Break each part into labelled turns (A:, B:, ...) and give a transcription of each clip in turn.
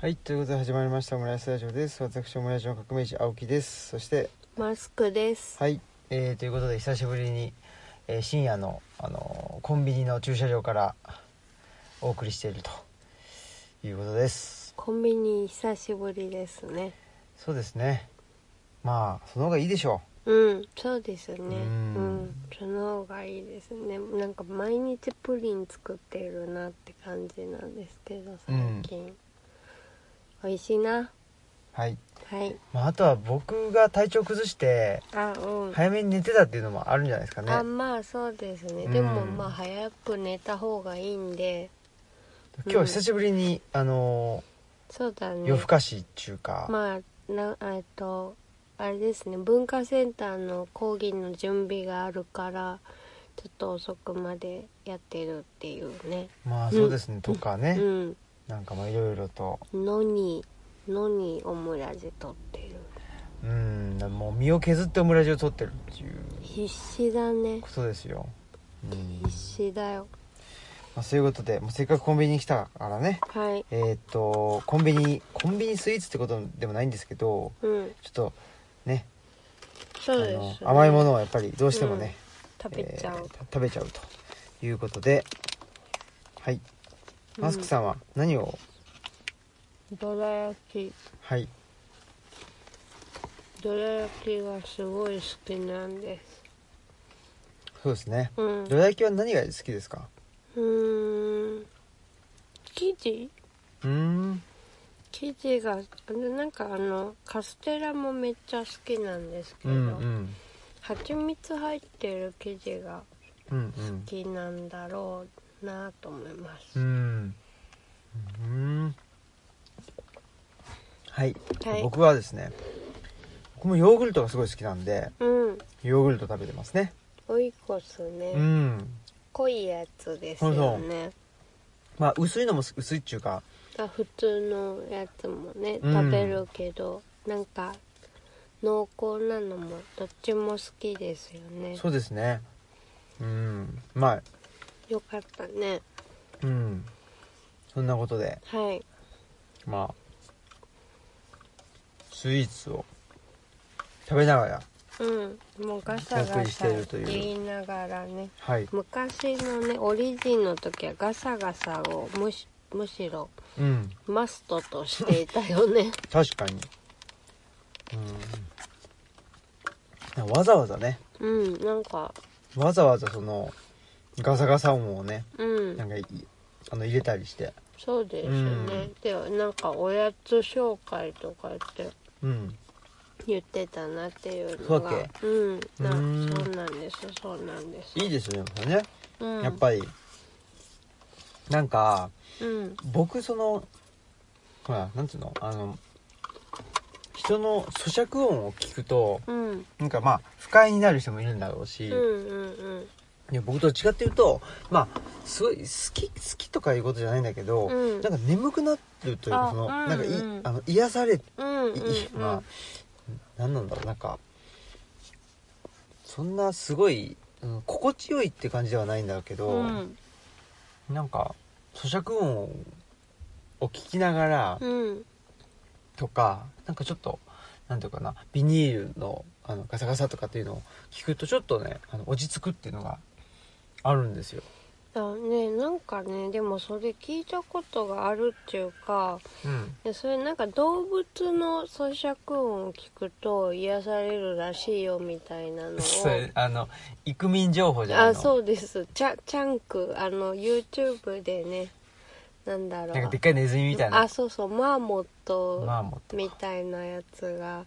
A: はい、ということで始まりましたオムライスラジオです。私、オムライスの革命児、青木です。そして、
B: マスクです。
A: はい、えーということで久しぶりに、えー深夜の、あのーコンビニの駐車場からお送りしているということです。
B: コンビニ久しぶりですね。
A: そうですね。まあ、その方がいいでしょ
B: うん、そうですね。う
A: うん
B: ん、その方がいいですね。なんか毎日プリン作ってるなって感じなんですけど、最近。美味しいな。
A: う。はい。
B: はい。
A: まあ、あとは僕が体調崩して、
B: あ、うん。
A: 早めに寝てたっていうのもあるんじゃないですかね。
B: あ、まあそうですね。
A: うん
B: でもまあ早く寝た方がいいんで、
A: 今日久しぶりに、あの
B: そうだ
A: ー
B: ね。
A: 夜更かしっていうか、
B: まあなえっとあれですね文化センターの講義の準備があるからちょっと遅くまでやってるっていうね
A: まあそうですね、とかね、
B: うん
A: なんかまあいろいろと
B: のにのにオムラジ撮ってる
A: うんもう身を削ってオムラジを撮ってるっていう
B: 必死だね
A: ことですよ、うんま
B: 必死だよ
A: あ、そういうことで、まあ、せっかくコンビニに来たからね
B: はい
A: えーっとコンビニコンビニスイーツってことでもないんですけど
B: うん
A: ちょっとね
B: そうです、
A: あの甘いものをやっぱりどうしてもね、
B: 食べちゃ
A: え
B: う
A: ー、た食べちゃうということではいマスクさんは何を、
B: どら焼き
A: はい
B: どら焼きがすごい好きなんです
A: そうですね
B: うん
A: どら焼きは何が好きですか
B: うーん生地
A: うーん
B: 生地があのなんかあのカステラもめっちゃ好きなんですけ
A: う
B: ど、
A: んうん
B: 蜂蜜入ってる生地が
A: うんう
B: 好
A: ん
B: きなんだろうなと思いま
A: う
B: す、
A: ん。うん。はい。
B: はい
A: 僕はですね、僕もヨーグルトがすごい好きなんで、
B: うん
A: ヨーグルト食べてますね。
B: オイコスね、
A: うん。
B: 濃いやつですよね
A: まあ、薄いのも薄いっちゅうか、
B: あ普通のやつもね
A: うん
B: 食べるけど、なんか濃厚なのもどっちも好きですよね
A: そうですね。うん。まあ、
B: よかったね
A: うん。そんなことで、
B: はい
A: まあ、スイーツを食べながら、
B: うんもうガサ
A: お送
B: ガ
A: りして
B: サ
A: るという
B: 言いながらね
A: はい。
B: 昔のねオリジンの時はガサガサをむしむしろ
A: うん。
B: マストとしていたよ ね
A: 確かに。うん。わざわざね、
B: うんなんか
A: わざわざそのガサガサ音をね
B: うん
A: なんかいあの入れたりして
B: そうです
A: うん
B: ね、でなんかおやつ紹介とかって
A: うん
B: 言ってたなっていうのが
A: そうだっ
B: うんな
A: うん
B: そうなんですそうなんです
A: いいですよねこれね、
B: うん、
A: やっぱりなんか
B: うん
A: 僕そのほらなんつうのあの人の咀嚼音を聞くと
B: うん
A: なんかまあ不快になる人もいるんだろうし、
B: うんうん
A: いや僕と違って言うとまあすごい好き好きとかいうことじゃないんだけど、
B: うん
A: なんか眠くなるというか
B: あ
A: その、
B: うん
A: なんかい
B: うん
A: あの癒され
B: うんうん
A: い
B: うん
A: まあ何なんだろうなんかそんなすごい、うん、心地よいって感じではないんだけど、
B: うん
A: なんか咀嚼音を聞きながら
B: うん
A: とか、なんかちょっとなんていうかなビニールのあのガサガサとかっていうのを聞くとちょっとねあの落ち着くっていうのがあるんですよ。
B: だねなんかねでもそれ聞いたことがあるっていうか
A: うん、
B: いやそれなんか動物の咀嚼音を聞くと癒されるらしいよみたいなのを
A: それあの育民情報じゃない
B: あ
A: の
B: そうですチャチャンクあの YouTube でねなんだろ
A: なんかでっ
B: う
A: かいネズミみたいな
B: あそうそうマー
A: マ
B: モッ
A: ー
B: ト
A: モット
B: みたいなやつが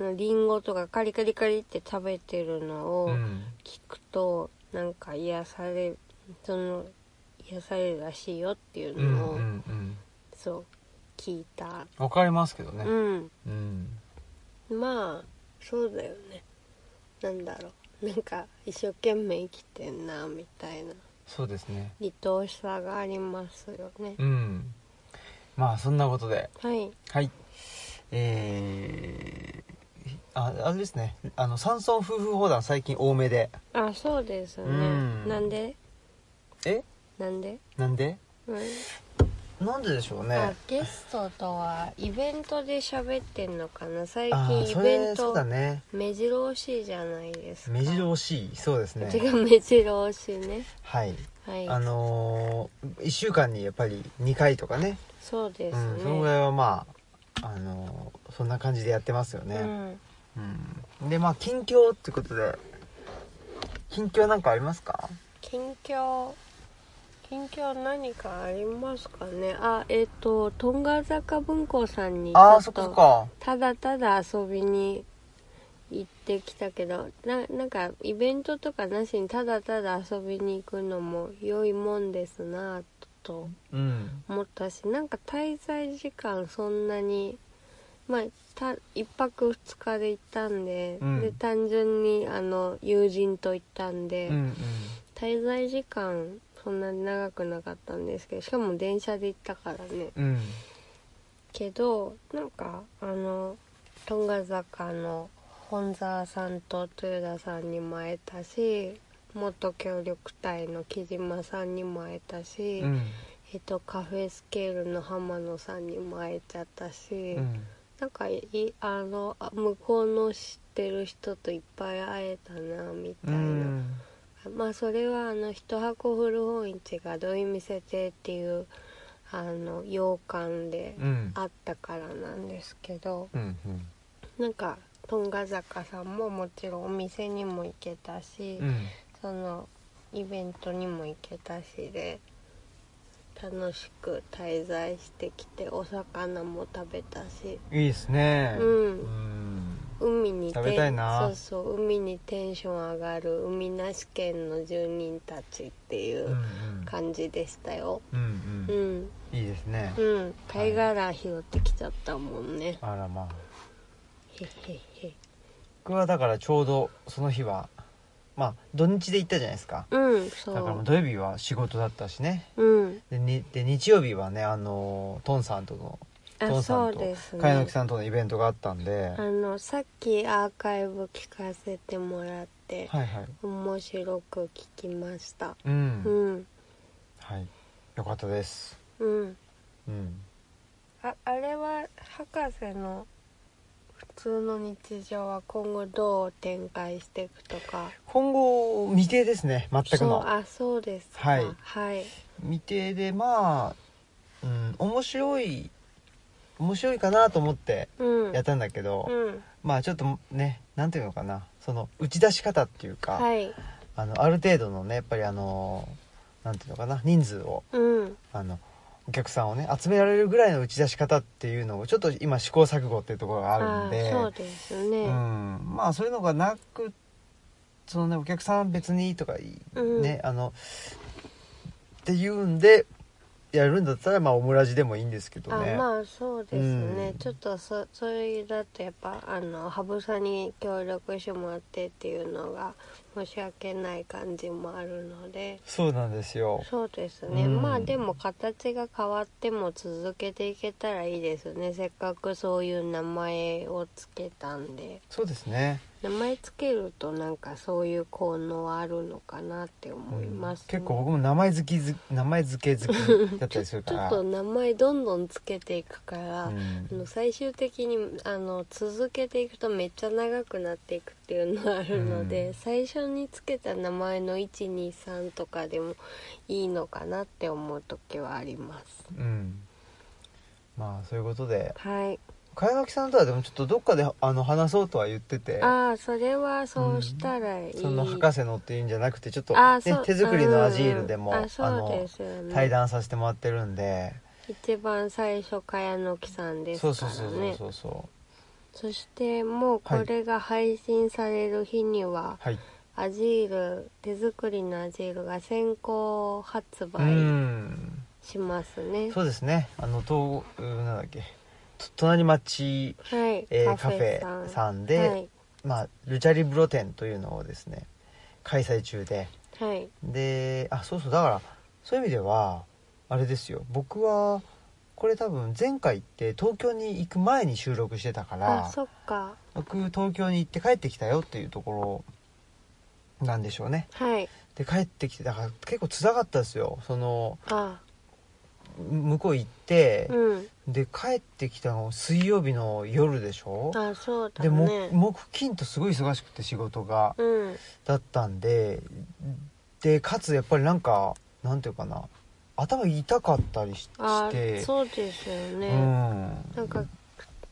B: あのリンゴとかカリカリカリって食べてるのを
A: うん
B: 聞くと、なんか癒されるその癒されるらしいよっていう
A: うん
B: のを、
A: うんうん
B: そう聞いた、
A: わかりますけどね。
B: うん
A: うん
B: まあそうだよねなんだろうなんか一生懸命生きてんなみたいな
A: そうですね
B: 愛おしさがありますよね
A: うんまあそんなことで
B: はい
A: はいえー、ああれですねあの山村夫婦砲弾最近多めで
B: あそうですね
A: うん
B: なんで
A: え
B: なんで
A: なんで
B: うん
A: なんででしょう
B: あ
A: ね
B: ゲストとはイベントで喋ってんのかな最
A: あ
B: 近
A: ー
B: イ
A: そ
B: ベン
A: れ
B: ト
A: そうだね
B: 目白押しいじゃないですか
A: 目白惜しいそうですね
B: てか 目白押しね
A: はい
B: はい
A: あのー、1週間にやっぱり2回とかね
B: そうです
A: うん、そのぐ
B: ね
A: らいはまあ、あのーそんな感じでやってますよ
B: う
A: ね、
B: ん
A: うんでまあ近況ってことで近況なんかありますか
B: 近況近況何かありますかねあえっ、とトンガ坂文庫さんにち
A: あ
B: ょ
A: あ
B: っ
A: そっかそっ
B: と
A: か
B: ただただ遊びに行ってきたけどななんかイベントとかなしにただただ遊びに行くのも良いもんですなと
A: うん
B: 思ったしなんか滞在時間そんなにまあた1泊2日で行ったんで、
A: うん
B: で単純にあの友人と行ったんで、
A: うんうん
B: 滞在時間そんなに長くなかったんですけどしかも電車で行ったからね
A: うん
B: けどなんかあのトンガ坂の本沢さんと豊田さんにも会えたし元協力隊の木島さんにも会えたし、
A: うん
B: えっと、カフェスケールの浜野さんにも会えちゃったし、
A: うん
B: なんかいいあのあ向こうの知ってる人といっぱい会えたなみた
A: う
B: いな、
A: ん
B: まあそれはあの一箱古本市がどういう店でっていうあの洋館で
A: うん
B: あったからなんですけど、
A: うん
B: なんかとんが坂さんももちろんお店にも行けたし、
A: うん
B: そのイベントにも行けたしで楽しく滞在してきてお魚も食べたし
A: いいですね
B: うん
A: ん
B: 海にて
A: 食べたいな
B: そうそう海にテンション上がる海なし県の住人たちってい
A: うん
B: う感じでしたよ
A: うんう
B: うんん
A: うんいいですね
B: うん貝殻拾ってきちゃったもんね、
A: あらまあ
B: へへへ
A: 僕はだからちょうどその日はまあ土日で行ったじゃないですか
B: うんそ
A: だからもう
B: う
A: 土曜日は仕事だったしね
B: うん
A: でにで日曜日はねあのトンさんとのト
B: あ
A: ンさ
B: そ
A: ん
B: う
A: と
B: です
A: 茅
B: ね
A: 野木さんとのイベントがあったんで
B: あのさっきアーカイブ聞かせてもらって
A: はいはい
B: 面白く聞きました
A: う
B: うんん
A: はいよかったです
B: うん
A: うん
B: ああれは博士の普通の日常は今後どう展開していくとか
A: 今後未定ですね全く
B: そう
A: の
B: あそうですか
A: はい
B: はい
A: 未定でまあ、うん、面白い面白いかなと思って
B: うん
A: やったんだけど、
B: うん
A: まあちょっとねなんていうのかなその打ち出し方っていうか、
B: はい
A: あのある程度のねやっぱりあのなんていうのかな人数を
B: うん
A: あのお客さんをね集められるぐらいの打ち出し方っていうのをちょっと今試行錯誤っていうところがあるんで
B: そうです
A: う
B: ね
A: ん、まあそういうのがなくそのねお客さん別にとかい、
B: うん
A: ねあのっていうんでやるんだったらまあオムラジでもいいんですけど
B: あ
A: ね、
B: まあそうですね、
A: うん
B: ちょっとそそれだとやっぱあの羽生さんに協力してもらってっていうのが申し訳ない感じもあるので
A: そうなんですよ
B: そうですね、
A: うん
B: まあでも形が変わっても続けていけたらいいですねせっかくそういう名前をつけたんで
A: そうですね
B: 名前つけるとなんかそういう効能はあるのかなって思います、
A: 結構僕も名前好きず名前付け好きだったりするか
B: ちょ
A: ら
B: っと名前どんどんつけていくから、
A: うん
B: あの最終的にあの続けていくとめっちゃ長くなっていくっていうのがあるので、
A: うん
B: 最初につけた名前の123とかでもいいのかなって思う時はあります
A: うんまあそういうことで
B: はい
A: 茅垣さんとはでもちょっとどっかであの話そうとは言ってて
B: ああそれはそうしたらいい、
A: その博士のっていうんじゃなくてちょっと、
B: あ
A: ね
B: ーそう、
A: 手作りのアジールでも、
B: うんうんあ
A: あ
B: そうで
A: の
B: すよ
A: 対
B: ね
A: 談させてもらってるんで
B: 一番最初茅野木さんですか
A: そ
B: ら
A: う
B: ね
A: そうそうそうそうそ
B: そしてもうこれが配信される日には、
A: うはい
B: アジール手作りのアジールが先行発
A: う
B: 売
A: ん
B: しますね、
A: そうですねあの東うんなんだっけと隣町、
B: はい、
A: えーカフェさんで、
B: はい
A: まあ、ルチャリブロ展というのをですね開催中で
B: はい
A: であそうそうだからそういう意味ではあれですよ僕はこれ多分前回って東京に行く前に収録してたから
B: あそっか
A: 僕東京に行って帰ってきたよっていうところなんでしょうね
B: はい
A: で帰ってきてだから結構つらかったですよその
B: あ
A: 向こう行って、
B: うん
A: で帰ってきたの水曜日の夜でしょ
B: あそうだ
A: でも
B: ね
A: 木金とすごい忙しくて仕事が
B: うん
A: だったんででかつやっぱりなんかなんていうかな頭痛かったりし
B: あ
A: して
B: そうですよ
A: う
B: ね、
A: ん
B: なんか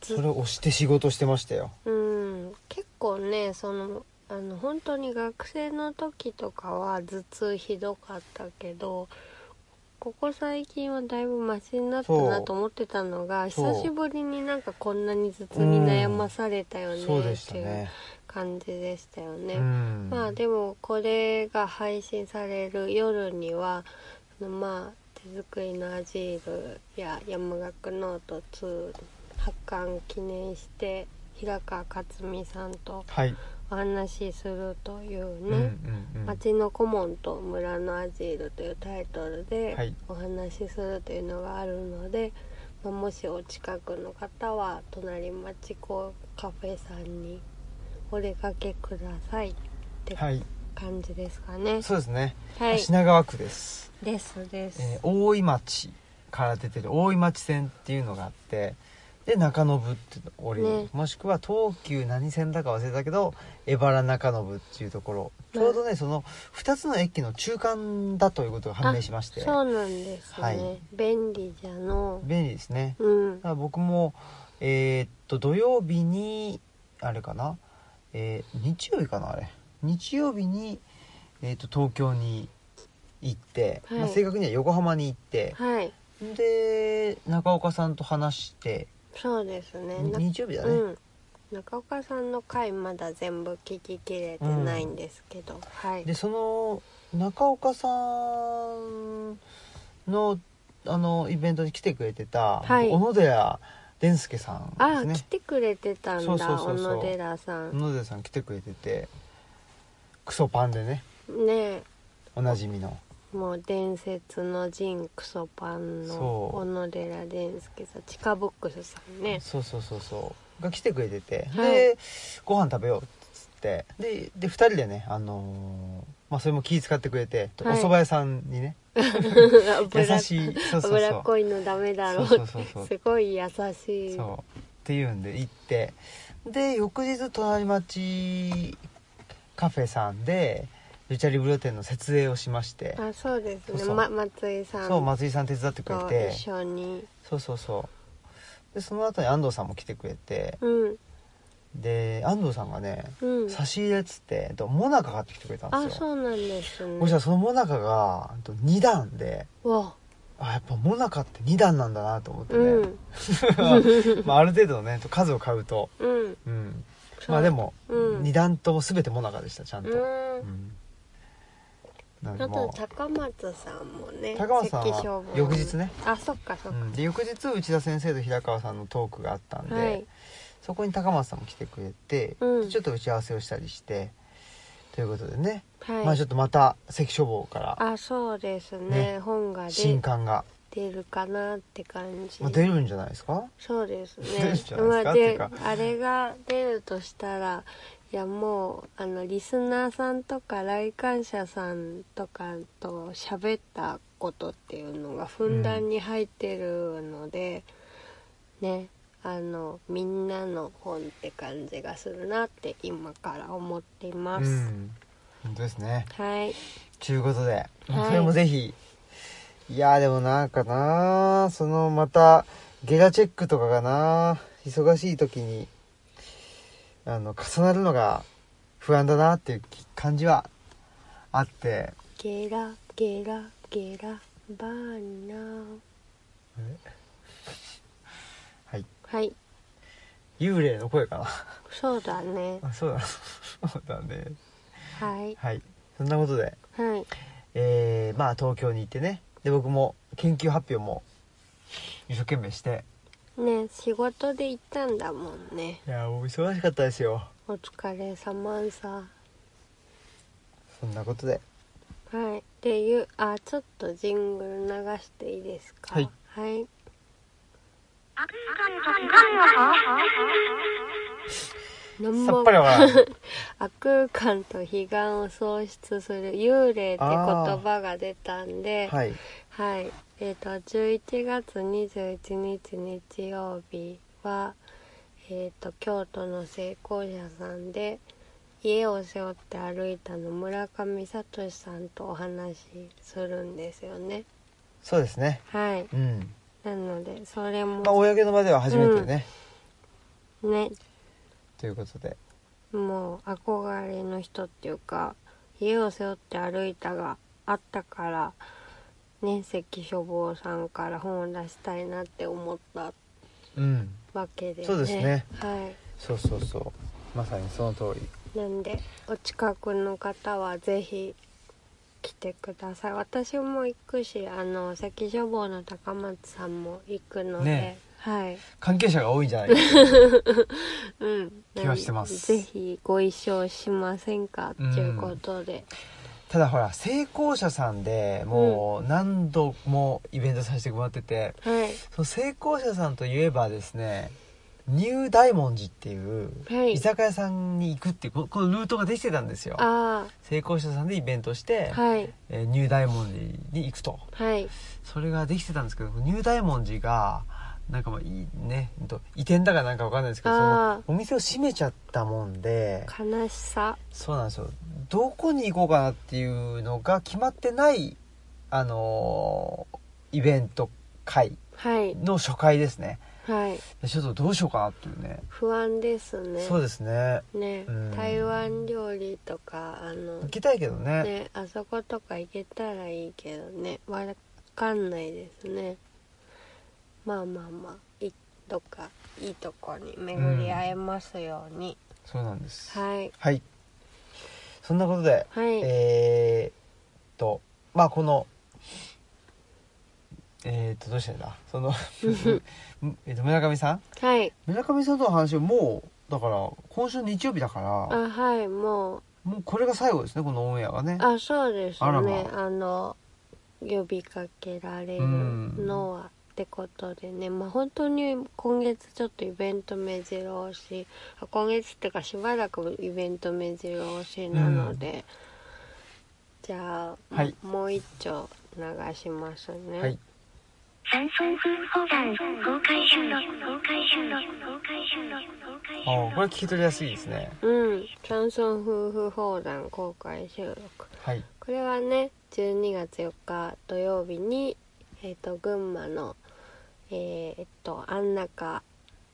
B: ず
A: それを押して仕事してましたよ
B: うん結構ねそのあの本当に学生の時とかは頭痛ひどかったけどここ最近はだいぶマシになった
A: そ
B: な
A: う
B: と思ってたのが
A: そう
B: 久しぶりになんかこんなに頭痛に悩まされたよね
A: そうで
B: っ
A: した
B: ていう
A: ね
B: 感じでしたよね。
A: うん
B: まあでもこれが配信される夜にはあのまあ手作りのアジールや山岳ノート2発刊記念して平川克美さんと
A: はい
B: お話しするという
A: うんう
B: ね
A: ん
B: 「町の顧問と村のアジール」というタイトル
A: うんは
B: で
A: い
B: お話しするというのがあるので、まあもしお近くの方は隣町子カフェさんにお出かけくださいって
A: はい
B: 感じですかね。
A: そうですね
B: はい。
A: 品川区です
B: ですです。
A: えー大井町から出てる大井町線っていうのがあってで中延って降りる、
B: ね
A: もしくは東急何線だか忘れたけど江原中延っていうところちょうどねその2つの駅の中間だということが判明しまして
B: そうなんですね。
A: はい
B: 便利じゃの。
A: 便利ですね
B: うん
A: だか。ら僕もえーっと土曜日にあれかな、えー日曜日かなあれ日曜日に、えーっと東京に行って、
B: はい
A: まあ正確には横浜に行って、
B: はい。
A: で中岡さんと話して
B: そうですね。な
A: 日曜日だね、
B: うん。中岡さんの回まだ全部聞ききれてないんですけど、はい。
A: でその中岡さんのあのイベントに来てくれてた、
B: はい
A: 小野寺伝介さん
B: あ
A: です
B: ー、
A: ね
B: 来てくれてたんだ
A: そうそうそうそう
B: 小野寺さ
A: 小
B: ん。
A: 野寺さん来てくれててクソパンでね
B: ねえ
A: おなじみの
B: もう伝説のジンクソパンの
A: そう
B: 小野寺伝介さん地下ボックスさんね
A: そうそうそうそうが来てくれてて、
B: はい
A: でご飯食べようっつってでで2人でねあのーまあそれも気使ってくれて、
B: はい
A: お蕎麦屋さんにね 優
B: 油
A: しいそうそう
B: 油
A: そ
B: っ
A: う
B: こいのダメだろ
A: そうそうそうそう
B: すごい優しい
A: そうっていうんで行ってで翌日隣町カフェさんでルチャリブロ店の設営をしまして
B: あそうですね
A: そうそう
B: ま、松井さん
A: そう松井さん手伝ってくれ
B: と
A: て
B: 一緒に
A: そうそうそうでその後に安藤さんも来てくれて
B: うん
A: で安藤さんがね
B: うん
A: 差し入れっつってえっとモナカ買ってきてくれたん
B: あ
A: ですよ
B: そうなんです
A: そした
B: ね
A: らそのモナカがえっと2段で
B: わ
A: あやっぱモナカって2段なんだなと思ってね、
B: うん
A: まあ、ある程度のね数を買うと、
B: うん
A: うん、まあでも、
B: うん
A: 二段とも全てもなかでしたちゃんと、
B: う
A: うん
B: ん
A: なんで
B: あと
A: もう
B: 高松さんもね
A: 高松さんは
B: 石器消防の
A: 翌日ね
B: あそっかそっ
A: う
B: か、
A: ん、で翌日内田先生と平川さんのトークがあったんで、
B: はい
A: そこに高松さんも来てくれて、
B: うん
A: ちょっと打ち合わせをしたりしてということでね、
B: はい、
A: まあちょっとまた関書房から
B: あそうですね
A: ね
B: 本が
A: 新
B: 出
A: 刊が、
B: 出るかなって感じ
A: まあ、出るんじゃないですか
B: そうですね。
A: 出るんじゃ
B: ま
A: ない
B: あ
A: です
B: で
A: かっていう
B: あれが出るとしたらいやもうあのリスナーさんとか来館者さんとかと喋ったことっていうのがふんだんに入ってるので、ねあのみんなの本って感じがするなって今から思っています。
A: うん本当ですね
B: はい、
A: ということで、
B: はい
A: それもぜひいやーでもなんかなーそのまたゲラチェックとかがなー忙しい時にあの重なるのが不安だなっていう感じはあって
B: ゲラゲラゲラバーナー
A: はい
B: はい
A: 幽霊の声か
B: そうだね
A: なあそうだそうだね
B: はい
A: はいそんなことで
B: はい
A: えー、まあ東京に行ってねで僕も研究発表も一生懸命して
B: ね仕事で行ったんだもんね
A: いやーもう忙しかったですよ
B: お疲れ様さ
A: そんなことで
B: はいっていうあちょっとジングル流していいですか
A: はい、
B: はい何
A: さ
B: も
A: っぱりわからない
B: 悪空間と彼岸を喪失する幽霊って言葉が出たんではい、
A: はい
B: えっ、と11月21日日曜日は、えー、と京都の成功者さんで家を背負って歩いたの村上聡さんとお話しするんですよね
A: そうですね
B: はい
A: うん
B: なのでそれも
A: まあ公の場では初めてね、
B: ね
A: ということで
B: もう憧れの人っていうか家を背負って歩いたがあったからね石書房さんから本を出したいなって思った
A: うん
B: わけで、ね、
A: そうですね
B: は
A: そうそうそうまさにその通り
B: いなんでお近くの方はぜひ来てください私も行くしあの石書房の高松さんも行くので、
A: ね
B: はい
A: 関係者が多いんじゃないか
B: うん
A: 気はしてます
B: ぜひご一緒しませんかっていうことで、
A: ただほら成功者さんでもう何度もイベントさせてもらってて、
B: はい
A: その成功者さんといえばですねニュー大文字っていう
B: はい
A: 居酒屋さんに行くっていうここのルートができてたんですよ
B: あ
A: 成功者さんでイベントして、
B: あはい
A: えーニュー大文字に行くと
B: はい
A: それができてたんですけどニュー大文字がなんかまあいいねうんと移転だかなんかわかんないですけどそ
B: あー
A: のお店を閉めちゃったもんで
B: 悲しさ
A: そうなんですよどこに行こうかなっていうのが決まってないあのーイベント会
B: はい
A: の初回ですね
B: はい
A: でちょっとどうしようかなっていうね
B: 不安ですね
A: そうですね
B: ね
A: うん
B: 台湾料理とかあの
A: 行きたいけどね
B: ねあそことか行けたらいいけどねわかんないですねまあまあまあいどっかいいとこに巡り合えますように、
A: そうなんです
B: はい
A: はいそんなことで
B: はい、
A: えー、っとまあこのえー、っとどうしたらいいんだその えっと村上さん
B: はい
A: 村上さんとの話をもうだから今週の日曜日だから
B: あはいもう
A: もうこれが最後ですねこのオンエアはね
B: あそうです
A: あら
B: ね
A: ま
B: あの呼びかけられるのはってことでねまあ本当に今月ちょっとイベント目白押しあ今月っていうかしばらくイベント目白押しなので、じゃあ、
A: はい
B: もう一丁流しますね
A: はい
C: 山村夫婦団公開収録公開収録公開収録公開収
A: あー
C: 録
A: これ聞き取りやすいですね
B: うん「チャンソン夫婦砲弾公開収録」
A: はい
B: これはね12月4日土曜日に、えー、と群馬のえーえっと安中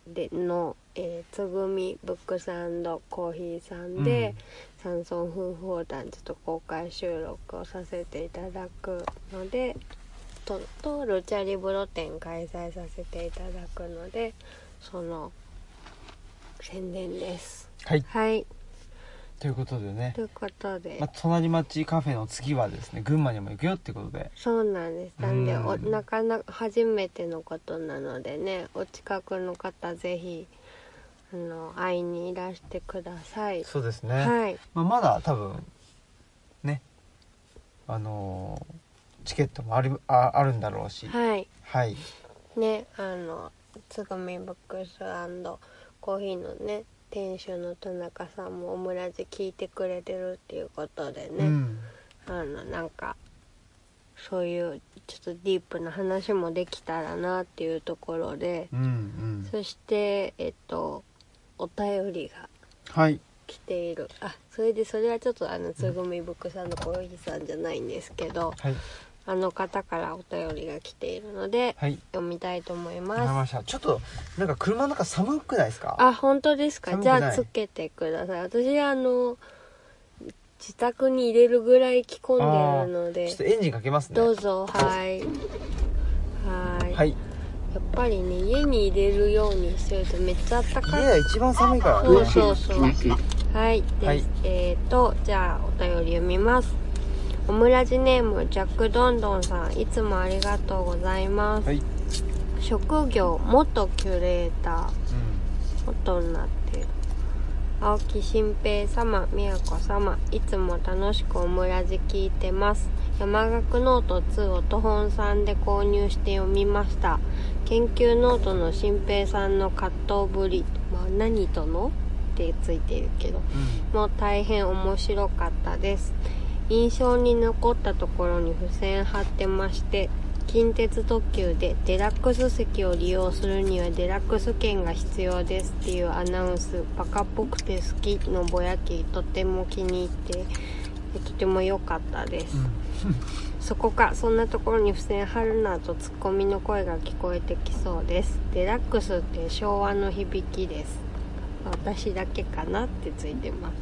B: での、えーつぐみブックスコーヒーさんで、山村夫婦砲弾ちょっと公開収録をさせていただくのでととルチャリブロ展開催させていただくのでその宣伝です。
A: はい
B: はい
A: ということでね
B: と、いうことで。
A: まあ、隣町カフェの次はですね群馬にも行くよってことで
B: そうなんですなんでお
A: うん
B: なかなか初めてのことなのでねお近くの方ぜひあの会いにいらしてください
A: そうですね、
B: はい
A: まあ、まだ多分ねあのーチケットもあるああるんだろうし
B: はい
A: はい
B: ねあのつぐみブックスコーヒーのね店主の田中さんもオムラジ聞いてくれてるっていうことでね、
A: うん
B: あのなんかそういうちょっとディープな話もできたらなっていうところで、
A: うんうん
B: そしてえっとお便りが
A: はい
B: 来ているあそれでそれはちょっとあのつぐみブックさんのコーヒーさんじゃないんですけど
A: はい
B: あの方からお便りが来ているので
A: はい
B: 読みたいと思い
A: わかり
B: ま
A: ますしたちょっとなんか車の中寒くないですか
B: あ本当ですか
A: 寒く
B: じ
A: ない
B: ゃあつけてください私あの自宅に入れるぐらい着込んでるの
A: ちょっと
B: で
A: エンジンかけますね
B: どうぞはいはい
A: はい
B: やっぱりね家に入れるようにしてるとめっちゃ
A: 家
B: 暖かい
A: は一番寒いから
B: そう
A: ね
B: そうそう。はい。です
A: はい
B: えっ、と、じゃあ、お便り読みます。オムラジネーム、ジャック・ドンドンさん、いつもありがとうございます。
A: はい、うん、
B: 職業、元キュレーター、元になってる。青木新平様、宮子様、いつも楽しくオムラジ聞いてます。山岳ノート2を都本さんで購入して読みました。研究ノートの新平さんの葛藤ぶり、まあ、何とのっってついてるけど
A: うん
B: も大変面白かったです印象に残ったところに付箋貼ってまして近鉄特急でデラックス席を利用するにはデラックス券が必要ですっていうアナウンスバカっぽくて好きのぼやきとても気に入ってとても良かったです、そこかそんなところに付箋貼るなとツッコミの声が聞こえてきそうですデラックスって昭和の響きです私だけかなってついてます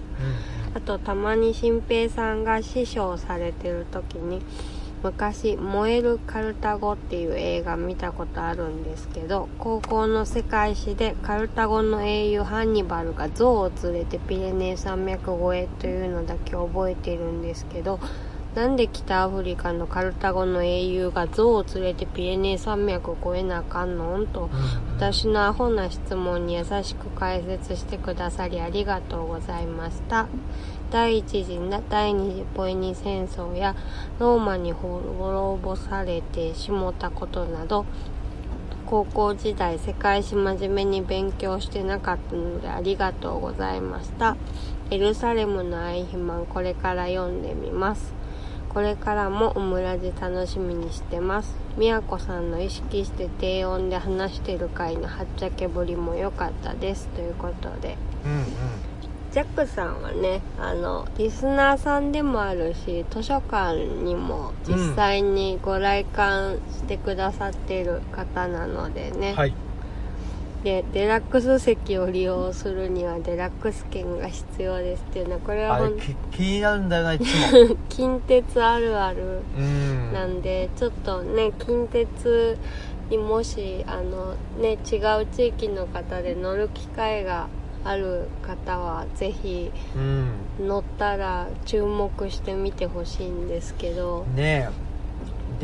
B: あとたまに新平さんが師匠されてる時に昔「燃えるカルタゴ」っていう映画見たことあるんですけど高校の世界史でカルタゴの英雄ハンニバルが象を連れてピレネー山脈越えというのだけ覚えてるんですけどなんで北アフリカのカルタゴの英雄が象を連れてピレネー山脈越えなあかんのんと私のアホな質問に優しく解説してくださりありがとうございました第一次な第二次ポエニ戦争やローマに滅ぼされてしもたことなど高校時代世界史真面目に勉強してなかったのでありがとうございましたエルサレムのアイヒマンこれから読んでみますこれからもオムラジ楽しみにしてますみやこさんの意識して低音で話してる回のはっちゃけぶりも良かったですということで
A: うんうん
B: ジャックさんはねあのリスナーさんでもあるし図書館にも実際にご来館してくださってる方なのでね、
A: はい
B: でデラックス席を利用するにはデラックス券が必要ですっていうのはこれは
A: あれ
B: 本当
A: き気になるんだよないつも
B: 近鉄あるある
A: うん
B: なんでちょっとね近鉄にもしあの、ね、違う地域の方で乗る機会がある方はぜひ
A: うん
B: 乗ったら注目してみてほしいんですけど
A: ねえ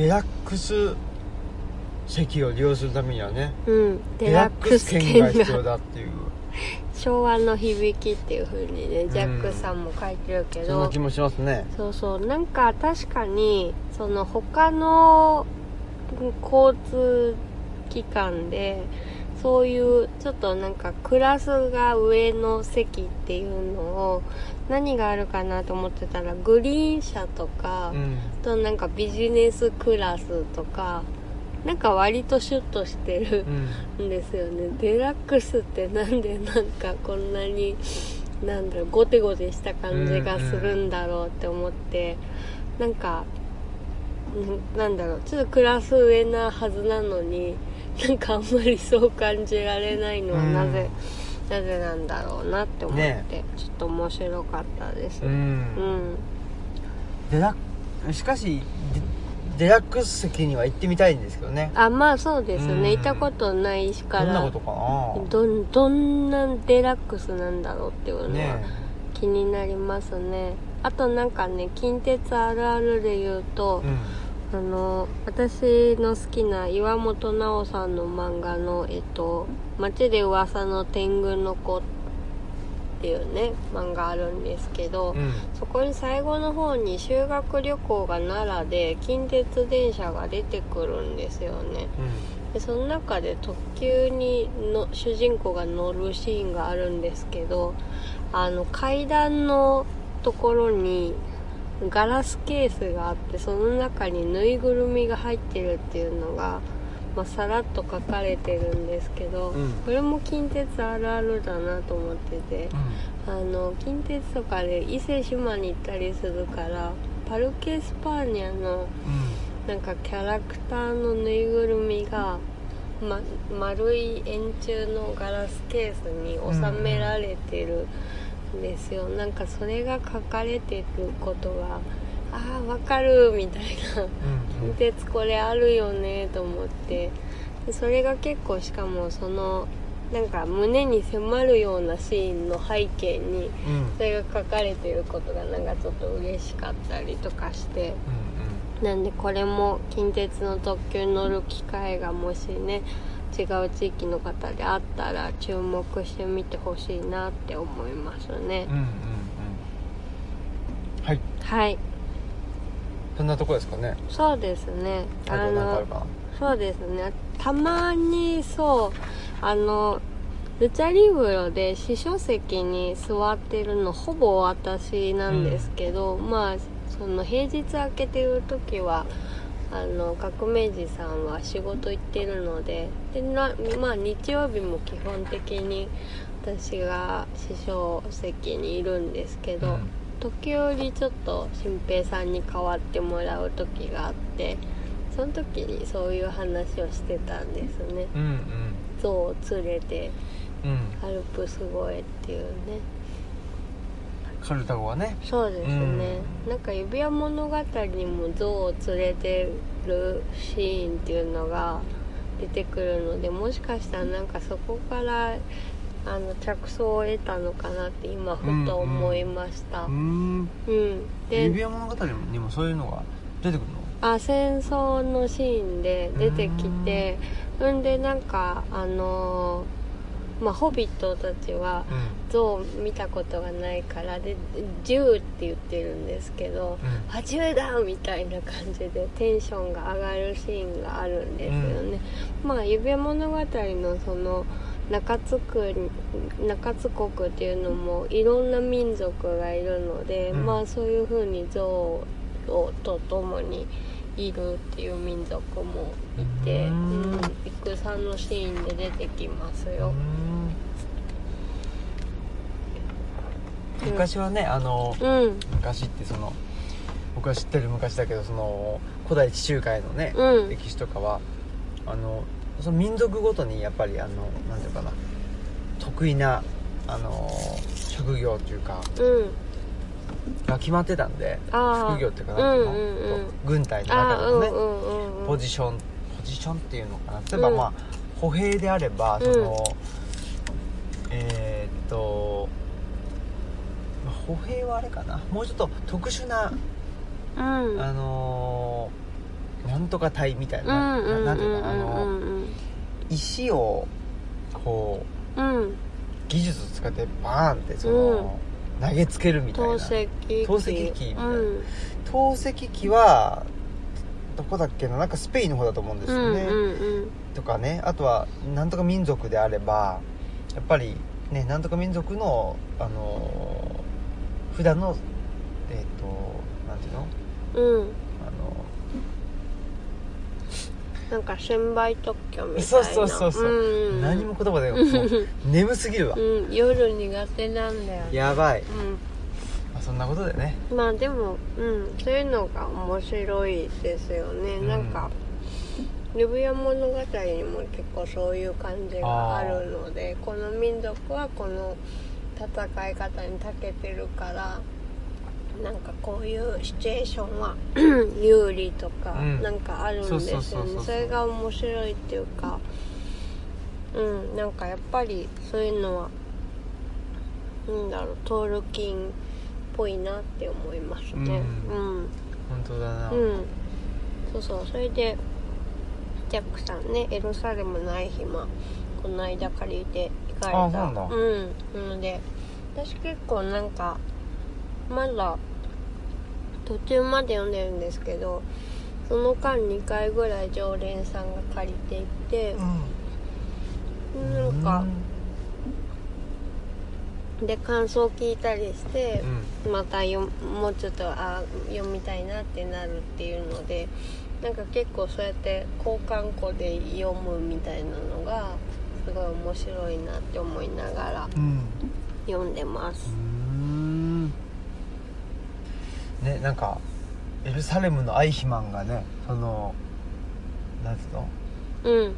A: デラックス席を利用するためにはね
B: うんデラックス
A: デラックス券
B: 券
A: が必要
B: が
A: だっていう
B: 昭和の響きっていう風にねジャック
A: うん
B: さんも書いてるけ
A: そん
B: ど、
A: な気もしますね
B: そうそうなんか確かにその他の交通機関でそういうちょっとなんかクラスが上の席っていうのを何があるかなと思ってたらグリーン車とか、
A: うん
B: あとなんかビジネスクラスとかなんか割とシュッとしてる
A: うん
B: んですよねデラックスってなんでなんかこんなになんだろうゴテゴテした感じがするんだろうって思ってなんかんなんだろうちょっとクラス上なはずなのになんかあんまりそう感じられないのはなぜ、なぜなんだろうなって思って、
A: ね
B: ちょっと面白かったです
A: う
B: うんん
A: デラッしかしデデラックス席には行ってみたいんですけどね
B: あまあそうですね、
A: うん
B: いたことないし
A: ど
B: から
A: んなことか
B: どんどんなデラックスなんだろうっていう
A: な
B: のは
A: ね
B: 気になりますねあとなんかね近鉄あるあるで言う
A: え
B: と
A: う、ん
B: あの私の好きな岩本直さんの漫画の「えっと街で噂の天狗の子」っていうね漫画あるんですけど、
A: うん
B: そこに最後の方に修学旅行が奈良で近鉄電車が出てくるんですよねでその中で特急にの主人公が乗るシーンがあるんですけどあの階段のところにガラスケースがあってその中にぬいぐるみが入ってるっていうのが、まあ、さらっと書かれてるんですけど、
A: うん
B: これも近鉄あるあるだなと思ってて。あの近鉄とかで伊勢志摩に行ったりするからパルケ・スパーニャの
A: う
B: なんかキャラクターのぬいぐるみが、ま、丸い円柱のガラスケースに収められてるんですよ、なんかそれが書かれてることがああわかるみたいな
A: んうん
B: 近鉄これあるよねと思ってでそれが結構しかもそのなんか胸に迫るようなシーンの背景に
A: うんうん
B: それが書かれてることがなんかちょっと嬉しかったりとかして。なんでこれも近鉄の特急に乗る機会がもしね違う地域の方であったら注目してみてほしいなって思いますね
A: うんうんうんうんはい
B: はい
A: そんなとこですかね
B: そうですね
A: あと何かあるかな
B: そうですねたまにそうあのルチャリブロで師匠席に座ってるのほぼ私なんですけど、まあその平日明けてる時はあの革命児さんは仕事行ってるのででな、まあ、日曜日も基本的に私が師匠席にいるんですけど、
A: うん
B: 時折ちょっと新平さんに代わってもらう時があってその時にそういう話をしてたんですね
A: うん
B: 象を連れて
A: うんうん
B: アルプス越えっていうね
A: カルタゴはね
B: そうですね、なんか指輪物語にも象を連れてるシーンっていうのが出てくるのでもしかしたらなんかそこからあの着想を得たのかなって今ふと思いまし
A: う
B: た、う
A: ー
B: ん
A: ん
B: で
A: 指輪物語にもそういうのが出てくるの
B: あ戦争のシーンで出てきてんでなんかあのーまあホビットたちは
A: う
B: 象見たことがないからで銃って言ってるんですけど
A: ん
B: 「あ銃だ!」みたいな感じでテンションが上がるシーンがあるんですよね、まあ指輪物語のその中津区に中津国っていうのもいろんな民族がいるので、
A: うん
B: まあそういうふうに象をと共にいるっていう民族もいて、
A: う
B: うんん、戦のシーンで出てきます
A: う
B: よ、
A: ん昔はねあの
B: うん
A: 昔ってその僕が知ってる昔だけどその古代地中海のね、
B: うん
A: 歴史とかはあのその民族ごとにやっぱりあのなんていうかな得意なあの職業というか
B: うん
A: が決まってたんで
B: あー
A: 職業っていうかなんていうの、
B: うんうんうん
A: と軍隊の
B: あ
A: 中で
B: あう
A: も
B: ん
A: ね、
B: うんうん
A: ポ
B: うん
A: ジションポジションっていうのかな例えば、
B: うん
A: まあ歩兵であれば
B: う
A: そ
B: ん
A: の、えーっとまあ歩兵はあれかなもうちょっと特殊な
B: うん
A: あのーなんとか隊みたいな、
B: うんうん
A: ななんていうのかなあ
B: う
A: の
B: んうん
A: 石をこ
B: うんうん
A: う技術を使ってバーンってその、投げつけるみたい
B: 透
A: な
B: 析機
A: 透析機みたいな
B: うん
A: 透析機はどこだっけななんかスペインの方だと思うんですよね、
B: うんうん
A: とかねあとはなんとか民族であればやっぱりねなんとか民族のあのー普段のえっ、となんていうの
B: うんうん
A: あの
B: なんか専売特許みたいな
A: そうそうそうそう、
B: ん
A: 何も言葉でもう 眠すぎるわ、
B: うん夜苦手なんだよね
A: やばい、まあ、そんなことでね
B: うんまあでもうんそういうのが面白いですよね、
A: うん
B: なんか指輪物語にも結構そういう感じがあるのでこの民族はこの戦い方に長けてるからなんかこういうシチュエーションは 有利とか、
A: うん
B: なんかあるんです
A: そう
B: よ
A: そうそうそうそう
B: ねそれが面白いっていうかうんなんかやっぱりそういうのはなんだろうトールキンっぽいなって思いますね
A: う
B: うん
A: 本当だな、
B: うん、そうそうそれでジャックさんねエルサレムの愛暇この間借りて行かれた
A: あそうなんだ
B: うんなので私結構なんかまだ途中まで読んでるんですけどその間2回ぐらい常連さんが借りていてなんかで感想聞いたりして
A: うん、
B: またよもうちょっとあ読みたいなってなるっていうのでなんか結構そうやって交換庫で読むみたいなのがすごい面白いなって思いながら
A: うん
B: 読んでます
A: うんねなんかエルサレムのアイヒマンがねそのなんていうの
B: うん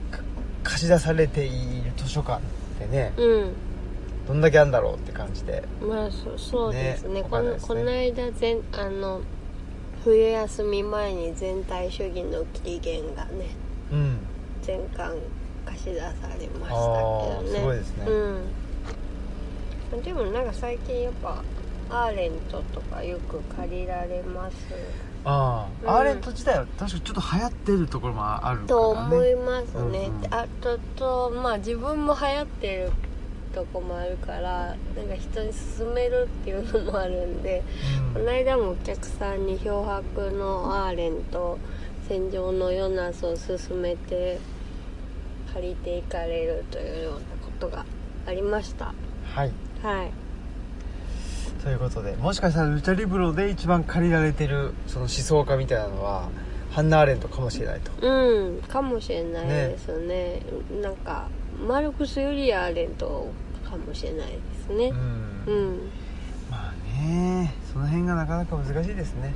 A: 貸し出されている図書館ってね
B: うん
A: どんだけあんだろうって感じで
B: まあそそうですね
A: ね
B: こ
A: わかんない
B: の
A: ですね
B: この間全あの冬休み前に全体主義の起源がね
A: うん
B: 全巻貸し出されましたけ
A: あー
B: どね
A: すごいですね
B: うんでもなんか最近やっぱアーレントとかよく借りられます
A: あ
B: うん
A: あ、アーレント自体は確かちょっと流行ってるところもあるからね
B: と思いますね、
A: うんうん
B: あととまあ自分も流行ってるとこもあるからなんか人に勧めるっていうのもあるんでこの間もお客さんに漂白のアーレンと戦場のヨナスを勧めて借りていかれるというようなことがありました
A: はい
B: はい
A: ということでもしかしたらルチャリブロで一番借りられてるその思想家みたいなのはハンナ・アーレントかもしれないと
B: うんかもしれないですねなんかマルクスよりアーレントかもしれないですね
A: うん、
B: うん
A: まあねその辺がなかなか難しいですね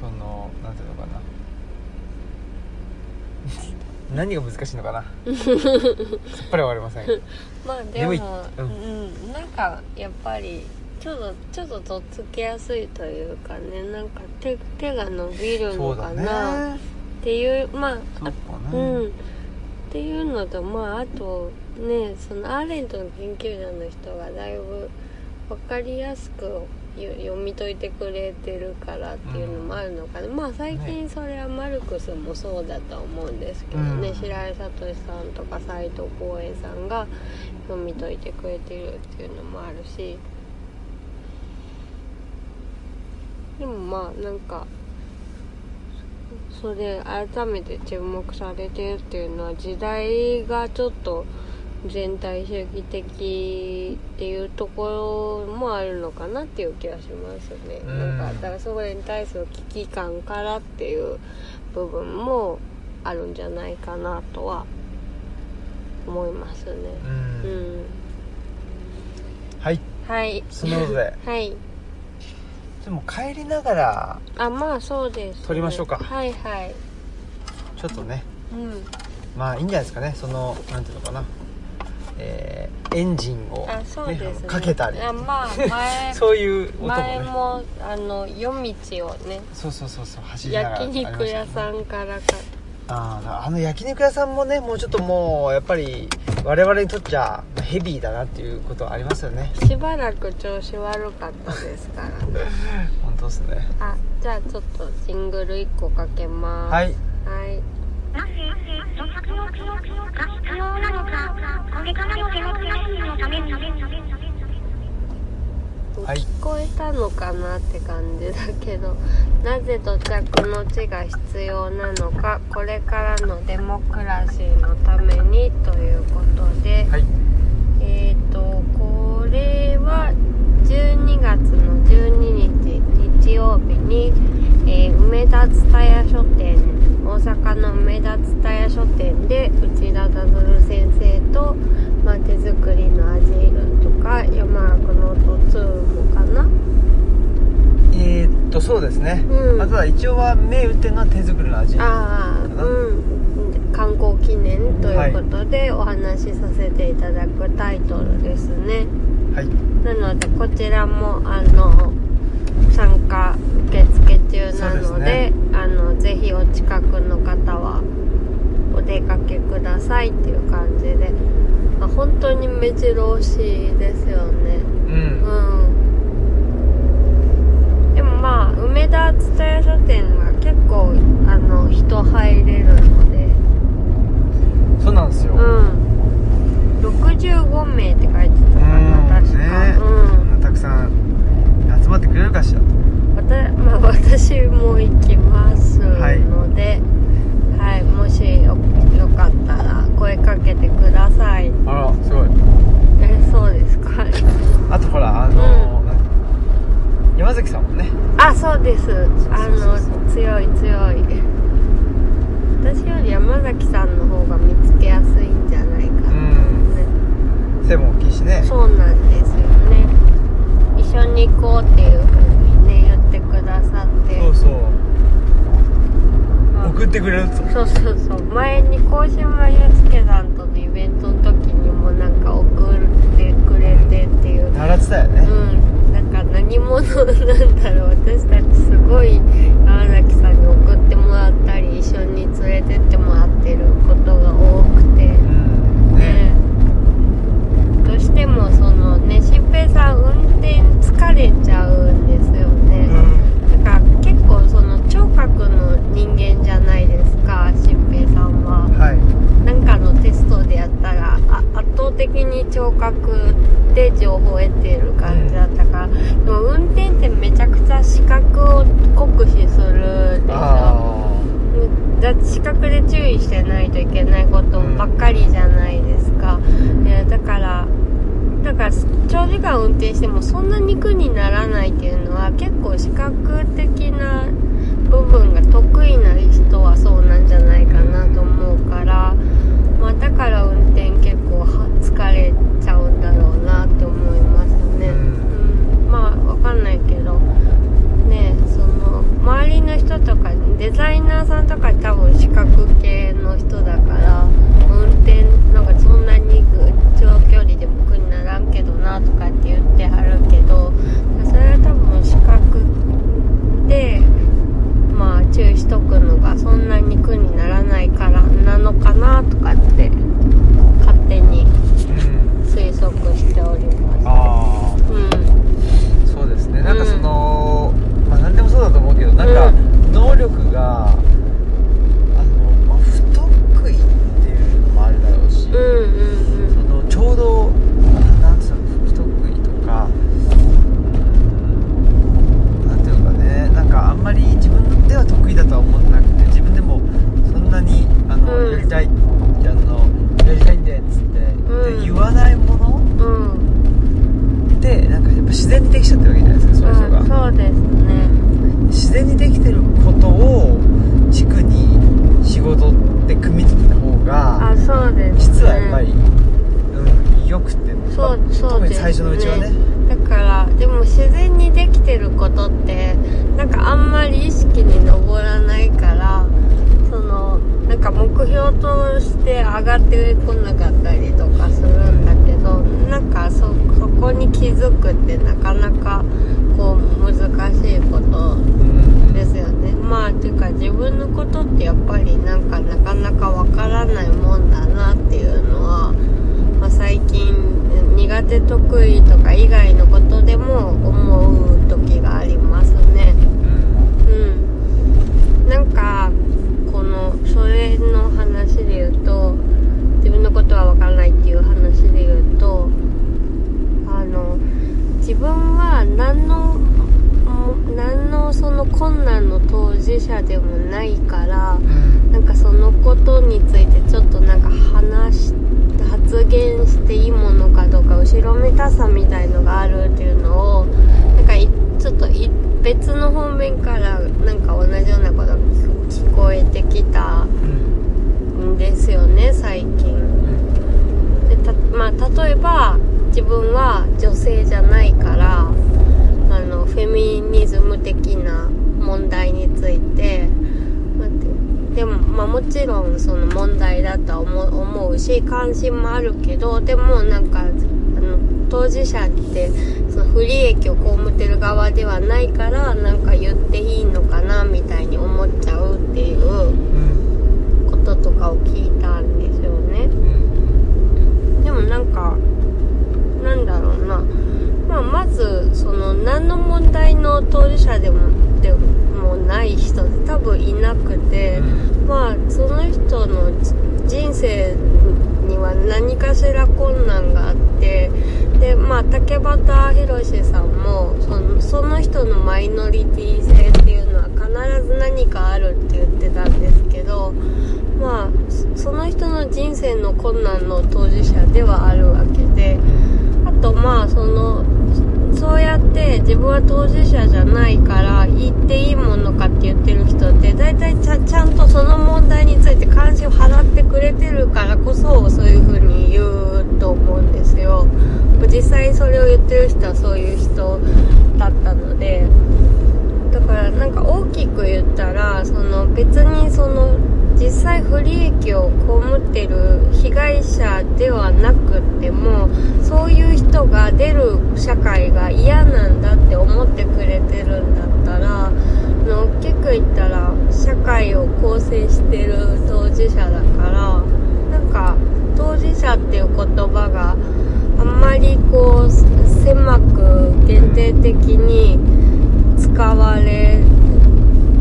A: そのなんていうのかな 何が難しいのか なすっぱりわかりません
B: まあでも
A: でもう
B: う、
A: んん
B: なんかやっぱりちょっとちょっととっつきやすいというかねなんか手手が伸びる
A: そ
B: の
A: うだ
B: かなっ
A: ね
B: ていうまあ
A: そう
B: あ
A: か
B: う
A: ね、
B: んっていうのとまああとねそのアーレントの研究者の人がだいぶ分かりやすくよ読み解いてくれてるからっていうのもあるのかな、まあ最近それはマルクスもそうだと思うんですけどね、
A: うん
B: 白井聡さんとか斎藤光栄さんが読み解いてくれてるっていうのもあるしでもまあなんかそれ改めて注目されてるっていうのは時代がちょっと全体主義的っていうところもあるのかなっていう気がしますよね、
A: うん
B: なんかだからそれに対する危機感からっていう部分もあるんじゃないかなとは思いますね
A: うん
B: うん
A: はい
B: はい
A: そのことで
B: はい
A: でも帰りながら
B: あまあそうです、ね、
A: 撮りましょうか
B: はいはい
A: ちょっとね
B: うん
A: まあいいんじゃないですかねそのなんていうのかなえーエンジンを、
B: あそうですね
A: あのかけたり
B: あまあ 前
A: そういう音も
B: 前
A: ね
B: もあの夜道をね
A: そうそうそうそう走りながら
B: 焼肉屋
A: ん
B: さんからか
A: あーあの焼肉屋さんもねもうちょっともうやっぱり我々にとっちゃヘビーだなっていうことはありますよね
B: しばらく調子悪かったですからね
A: 本当ですね
B: あじゃあちょっとジングル1個かけます
A: はい
B: はい
C: なぜ、著作の記憶が必要なのか、これからのデモクラシーのために。
A: はい
B: 聞こえたのかなって感じだけどなぜ土着の地が必要なのかこれからのデモクラシーのためにということで、
A: はい
B: えっ、とこれは12月の12日日曜日に、えー梅田蔦屋書店大阪の梅田蔦屋書店で内田達先生と、まあ、手作りのアジールとか山岳の音2もかな
A: えー、っとそうですね、
B: うん
A: あとは一応は目打ってるのは手作りの味
B: ああうん観光記念ということでお話しさせていただくタイトルですね、
A: はい
B: なのでこちらもあの参加受付中なの
A: そうで
B: で
A: すね
B: あのぜひお近くの方はお出かけくださいっていう感じで、まあ、本当に目白押しですよね
A: うん、
B: うんでもまあ梅田蔦屋書店は結構あの人入れるので
A: そうなんですよ、
B: うん65名って書いてたか
A: うん
B: な確か、
A: ね
B: うん
A: こんなたくさん集まってくれるかしら
B: わたまあ、私も行きますので、はいもしよよかったら声かけてください
A: あらすごい
B: えそうです か
A: あとほらあの、山崎さんもね
B: あそうですあの
A: そうそうそう
B: 強い強い私より山崎さんの方が見つけやすいんじゃないか
A: う
B: な、
A: ん背も大きいしね
B: そうなんですよね一緒に行こうっていうふうにね言ってくださって
A: そうそう
B: まあ
A: 送ってくれると
B: そうそうそう前に鴻島祐介さんとのイベントの時にもなんか送ってくれてっていう
A: 習ってたよね、
B: うんなんか何者なんだろう私たちすごい山崎さんに送ってもらったり一緒に連れてってもらってることが多くて
A: うんね
B: ねどうしてもそのね新平さん運転疲れちゃうんですよね、
A: うん
B: だから結構その聴覚の人間じゃないですか新平さんは
A: はい
B: なんかのテストでやったらあ圧倒的に聴覚で情報を得てる感じだったから、でも運転ってめちゃくちゃ視覚を酷使するでしょ
A: あ
B: だって視覚で注意してないといけないことばっかりじゃないですか、えーだから長時間運転してもそんなに苦にならないっていうのは結構視覚的な部分が得意な人はそうなんじゃないかなと思うから、まあ、だから運転結構は疲れちゃうんだろうなって思いますね、
A: う
B: うんんまあわかんないけどねその周りの人とかデザイナーさんとか多分視覚系の人だから運転なんかそんなに長距離でも苦にならんけどなとかって言ってはるけどそれは多分視覚でまあ注意しとくのがそんなに苦にならないからなのかなとかって勝手に
A: うん
B: 推測しておりま
A: あ
B: す。うん
A: あそうですねなんかその、まあ何でもそうだと思うけどなんか
B: う
A: 能力があの、まあ、不得意っていうのもあるだろうし、
B: うんうんうん
A: そのちょうどなんつうの不得意とかうんなんていうのかねなんかあんまり自分では得意だとは思ってなくて自分でもそんなにあの、
B: うん
A: やりたいあのやりたいんだよっつって、
B: うん
A: で言わないもの
B: うん
A: ってなんかやっぱ自然にできちゃってるわけじゃないですかそういう人が、
B: うんそうですね
A: 自然にできてることを軸に仕事って組み付けた方が
B: あそうです、ね、
A: 実はやっぱり、うん、よくって
B: そう
A: まあ
B: そう
A: 特
B: で
A: に
B: す、
A: 最
B: ね、
A: 初のうちはね
B: だからでも自然にできてることってなんかあんまり意識に上らないからそのなんか目標として上がってこなかったりとかするんだけどなんかそそこに気づくってなかなかこう難しいこと
A: うん
B: ですよねまあていうか自分のことってやっぱりなんかなかなかわからないもんだなっていうのは、まあ、最近苦手得意とか以外のことでも思う時がありますねうんなんかこのそれの話で言うと自分のことはわからないっていう話で言うとあの自分は何のも何のその困難の当事者でもないからなんかそのことについてちょっとなんか話し発言していいものかどうか後ろめたさみたいのがあるっていうのをなんかいちょっとい別の方面からなんか同じようなことが聞こえてき
A: う
B: た
A: ん
B: んですよね最近。でたまあ、例えば自分は女性じゃないからあのフェミニズム的な問題について、まあででも、まあ、もちろんその問題だとは思う思うし関心もあるけどでもなんかあの当事者ってその不利益を被ってる側ではないからなんか言っていいのかなみたいに思っちゃうっていう
A: うん
B: こととかを聞いたんですよね。
A: うん
B: でもなんかなんだろうな、まあ、まずその何の問題の当事者でもでもない人って多分いなくて、まあその人のじ人生には何かしら困難があってでまあ竹俣宏さんもそのその人のマイノリティ性っていうのは必ず何かあるって言ってたんですけどまあそその人の人生の困難の当事者ではあるわけで。あとまあそのそうやって自分は当事者じゃないから言っていいものかって言ってる人って大体ちゃちゃんとその問題について関心を払ってくれてるからこそそういうふうに言うと思うんですよ実際それを言ってる人はそういう人だったのでだからなんか大きく言ったらその別にその実際不利益を被ってる被害者ではなくってもそういう人が出る社会が嫌なんだって思ってくれてるんだったらあの大きく言ったら社会を構成してる当事者だからなんか当事者っていう言葉があんまりこう狭く限定的に使われ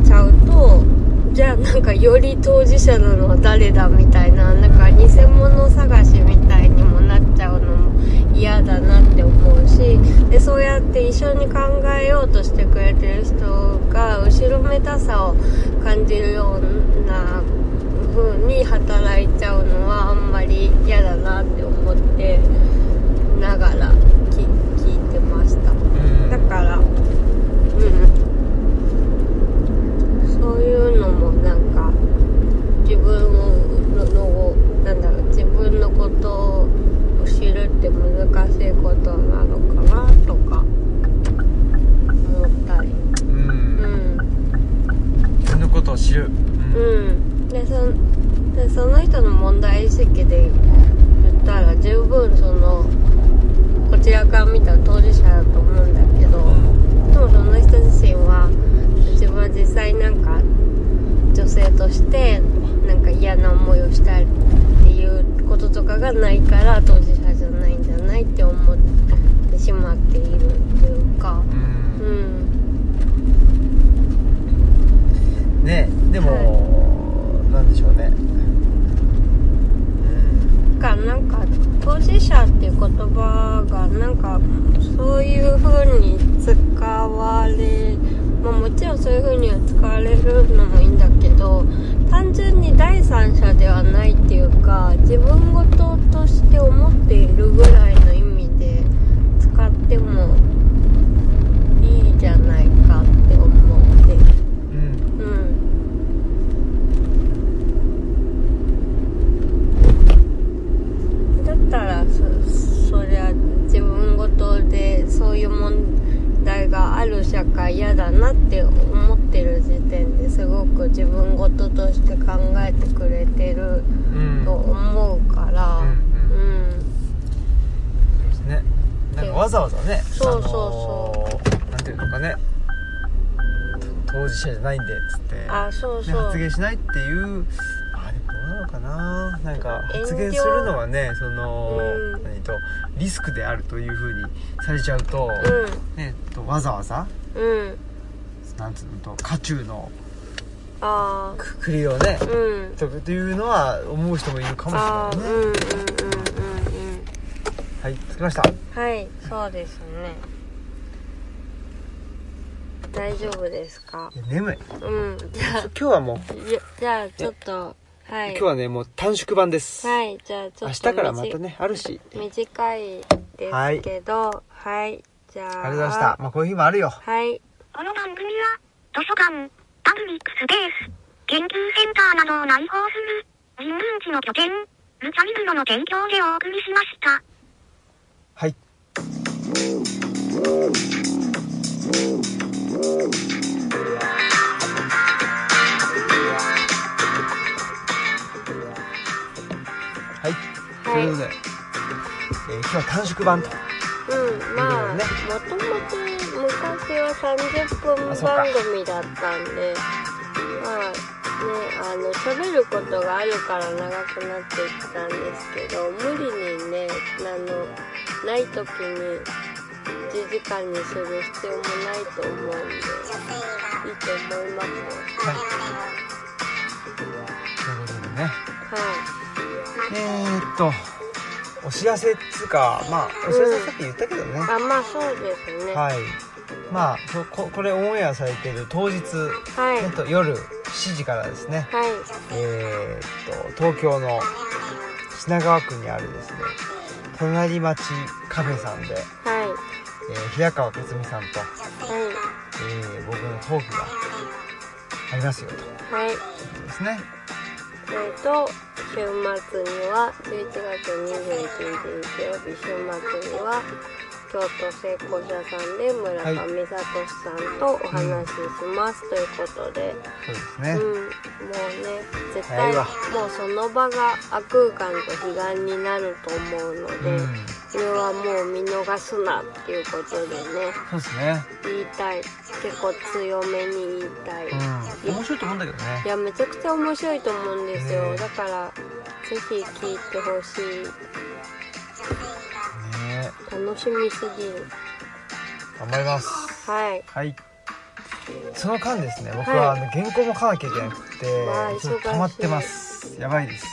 B: ちゃうとじゃあなんかより当事者なのは誰だみたいななんか偽物探しみたいにもなっちゃうのも嫌だなって思うしでそうやって一緒に考えようとしてくれてる人が後ろめたさを感じるような風に働いちゃうのはあんまり嫌だなって思ってながら聞
A: ことを知る、うん
B: うんでそでその人の問題意識で言ったら十分そのこちらから見たら当事者だと思うんだけどでもその人自身は自分は実際なんか女性としてなんか嫌な思いをしたりっていうこととかがないから当事者じゃないんじゃないって思ってしまっているっていうか
A: うん
B: うん
A: ねでも、なんでしょうね、うん
B: だからなんか当事者っていう言葉がなんかそういう風に使われ、まあ、もちろんそういう風には使われるのもいいんだけど単純に第三者ではないっていうか自分事として思っているぐらいの意味で使ってもいいじゃないかって思って
A: うん
B: うんだったらそそりゃ自分ごとでそういう問題がある社会嫌だなって思ってる時点ですごく自分ごととして考えてくれてる
A: うん
B: と思うから
A: うん
B: うん
A: ねなんかわざわざね
B: そ
A: あ
B: うそう
A: のーなんていうのかねと当事者じゃないんでっつって
B: あそう
A: ね、
B: そう
A: 発言しないっていうあでもどうなのかななんか
B: 遠慮
A: 発言するのはねその、
B: うん
A: 何とリスクであるというふうにされちゃうと、ね、とわざわざ
B: うんうん
A: なんつうのと渦中の
B: あ
A: くくりをね
B: あうん
A: とというのは思う人もいるかも
B: ああ
A: し
B: うん
A: れ
B: う
A: ない
B: ん
A: ね
B: うんうんうん
A: はい着きました
B: はい、そうですね。大丈夫ですか
A: い。や眠い
B: うん、じゃ
A: 今日はもう、
B: あ、じゃじゃあちょっと、はい。
A: 今日はねもう短縮版です、
B: はい、じゃあちょっと。
A: 明日からまた。ねあるし
B: 短いですけど、はい、じゃあ。
A: ありがとうございました。まあこういう日もあるよ
B: はい、
C: この番組は、図書館、パブリックスペース、研究センターなどを内包する、人文地の拠点、ルチャリブロの提供でお送りしました。
A: はいはい、と
B: はい
A: いうことで、えー今日は短縮版と
B: うん、まあ、
A: ね
B: もともと昔は30分
A: あそうか
B: 番組だったんで、まあ、ね、あの、喋ることがあるから長くなっていったんですけど、無理にね、あの、ない時に1時間にする必要もないと思うんで、いいと思いますよ。
A: ということでね
B: は
A: えー、っとお知らせっつうかまあお知らせさっき言ったけどね、
B: い。あ、まあそうですね。
A: はいまあこここれオンエアされてる当日、
B: はい。
A: えっと、夜7時からですね
B: はい。
A: えーっと東京の品川区にあるですね隣町カフェさんで、
B: はい。
A: えー平川克美さんと、
B: はい。
A: えー僕のトークがありますよというこ
B: はい。
A: とですね
B: えっと週末には11月21日日曜日週末には京都成功者さんで村上聡さんとお話しします、ということで、
A: そうですね、
B: うん、もうね絶
A: は
B: 対
A: いわ
B: もうその場が悪空間と彼岸になると思うので、
A: うん
B: それはもう見逃すなっていうことでね
A: そうですね
B: 言いたい結構強めに言いたい。
A: うん面白いと思うんだけどね
B: いやめちゃくちゃ面白いと思うんですよ、
A: ね
B: だからぜひ聞いてほしい
A: ね
B: 楽しみすぎる
A: 頑張ります
B: はい
A: はい。その間ですね、僕はあ
B: はい
A: の原稿も書かなきゃいけなくて、
B: わあ
A: ちょっと
B: 忙しい
A: 溜まってます。やばいです。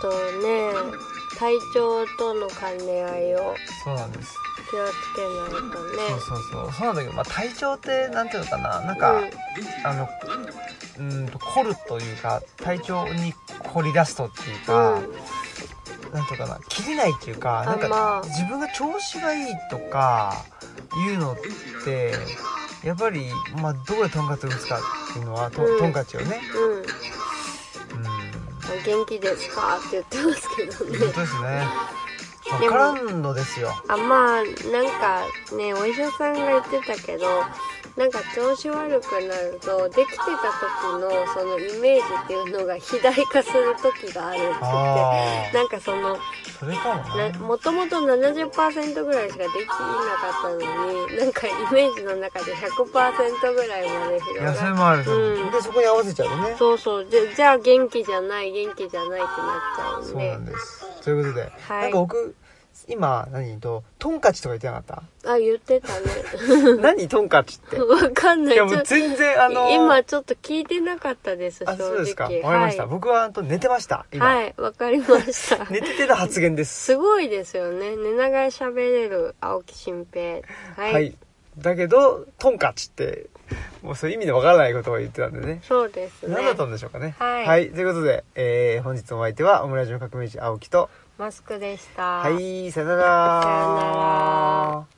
B: ちょっとね体調との兼ね合いを
A: そうなんです。
B: 気をつけないとね
A: そうそうそう。そうなんだけど、まあ体調ってなんていうのかな、なんか、あの、うーんと凝るというか、体調に凝り出すとっていうか、
B: うん、うん、
A: なんていうかな、切れないっていうか、なん
B: ま
A: か
B: あ
A: 自分が調子がいいとかいうのって、やっぱり、まあ、どこでトンカツを打つかっていうのは、と
B: うん
A: トンカチをね、
B: うん、
A: うん、
B: あ元気ですかって言ってますけど
A: 本当
B: ね
A: ですね。わ
B: でも
A: からんのですよ。
B: あまあなんかねお医者さんが言ってたけどなんか調子悪くなるとできてた時のそのイメージっていうのが肥大化する時があるって言っ
A: あ
B: て
A: あ
B: なんかその
A: それかもな
B: もともと70%ぐらいしかできなかったのになんかイメージの中で100%ぐらいまで広
A: いやそれ
B: がる
A: もあると思う、
B: うん
A: でそこに合わせちゃうね
B: そうそうじゃじゃあ元気じゃない元気じゃないってなっちゃうんで
A: そうなんですということで、
B: はい
A: なんか僕今何とトンカチとか言ってなかっ
B: あ言ってたね
A: た 何トンカチって
B: わかんないい
A: やもう
B: ちょ
A: 全然あの
B: 今ちょっと聞いてなかったです正
A: あ
B: 直
A: そうですかわかりました、
B: はい
A: 僕はあと寝てました今、
B: はい、わかりま した。
A: 寝てての発言です
B: すごいですよね。寝ながら喋れる青木新平。 はい。
A: はい。だけど、トンカチって、もうそういう意味でわからないことを言ってたんでね。
B: そうですね。
A: 何だったんでしょうかね。
B: はい
A: ということで、えー、本日のお相手は、オムラジオ革命児青木と、
B: マスクでした。
A: はい、さよな
B: さよな
A: ら
B: ら。